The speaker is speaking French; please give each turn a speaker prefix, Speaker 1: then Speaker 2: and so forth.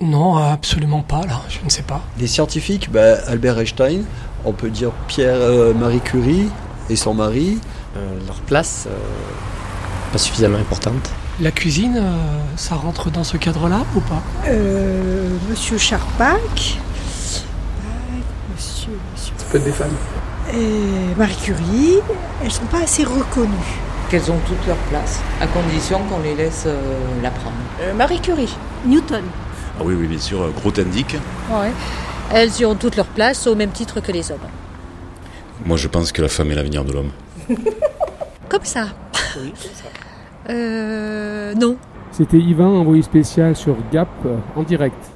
Speaker 1: Non, absolument pas, là, je ne sais pas.
Speaker 2: Des scientifiques, bah, Albert Einstein, on peut dire Pierre-Marie euh, Curie et son mari.
Speaker 3: Euh, leur place, euh, pas suffisamment importante.
Speaker 1: La cuisine, euh, ça rentre dans ce cadre-là ou pas
Speaker 4: Euh, Monsieur Charpak, monsieur, monsieur.
Speaker 5: Ça peut être des femmes.
Speaker 4: Et Euh, Marie Curie, elles sont pas assez reconnues.
Speaker 6: Qu'elles ont toutes leur place, à condition qu'on les laisse euh, la prendre.
Speaker 7: Euh, Marie Curie, Newton.
Speaker 8: Ah oui, oui, bien sûr, gros indique.
Speaker 7: Ouais. Elles y ont toute leur place au même titre que les hommes.
Speaker 8: Moi, je pense que la femme est l'avenir de l'homme.
Speaker 7: Comme ça.
Speaker 5: Oui, c'est ça.
Speaker 7: Euh, non.
Speaker 9: C'était Yvain, envoyé spécial sur Gap en direct.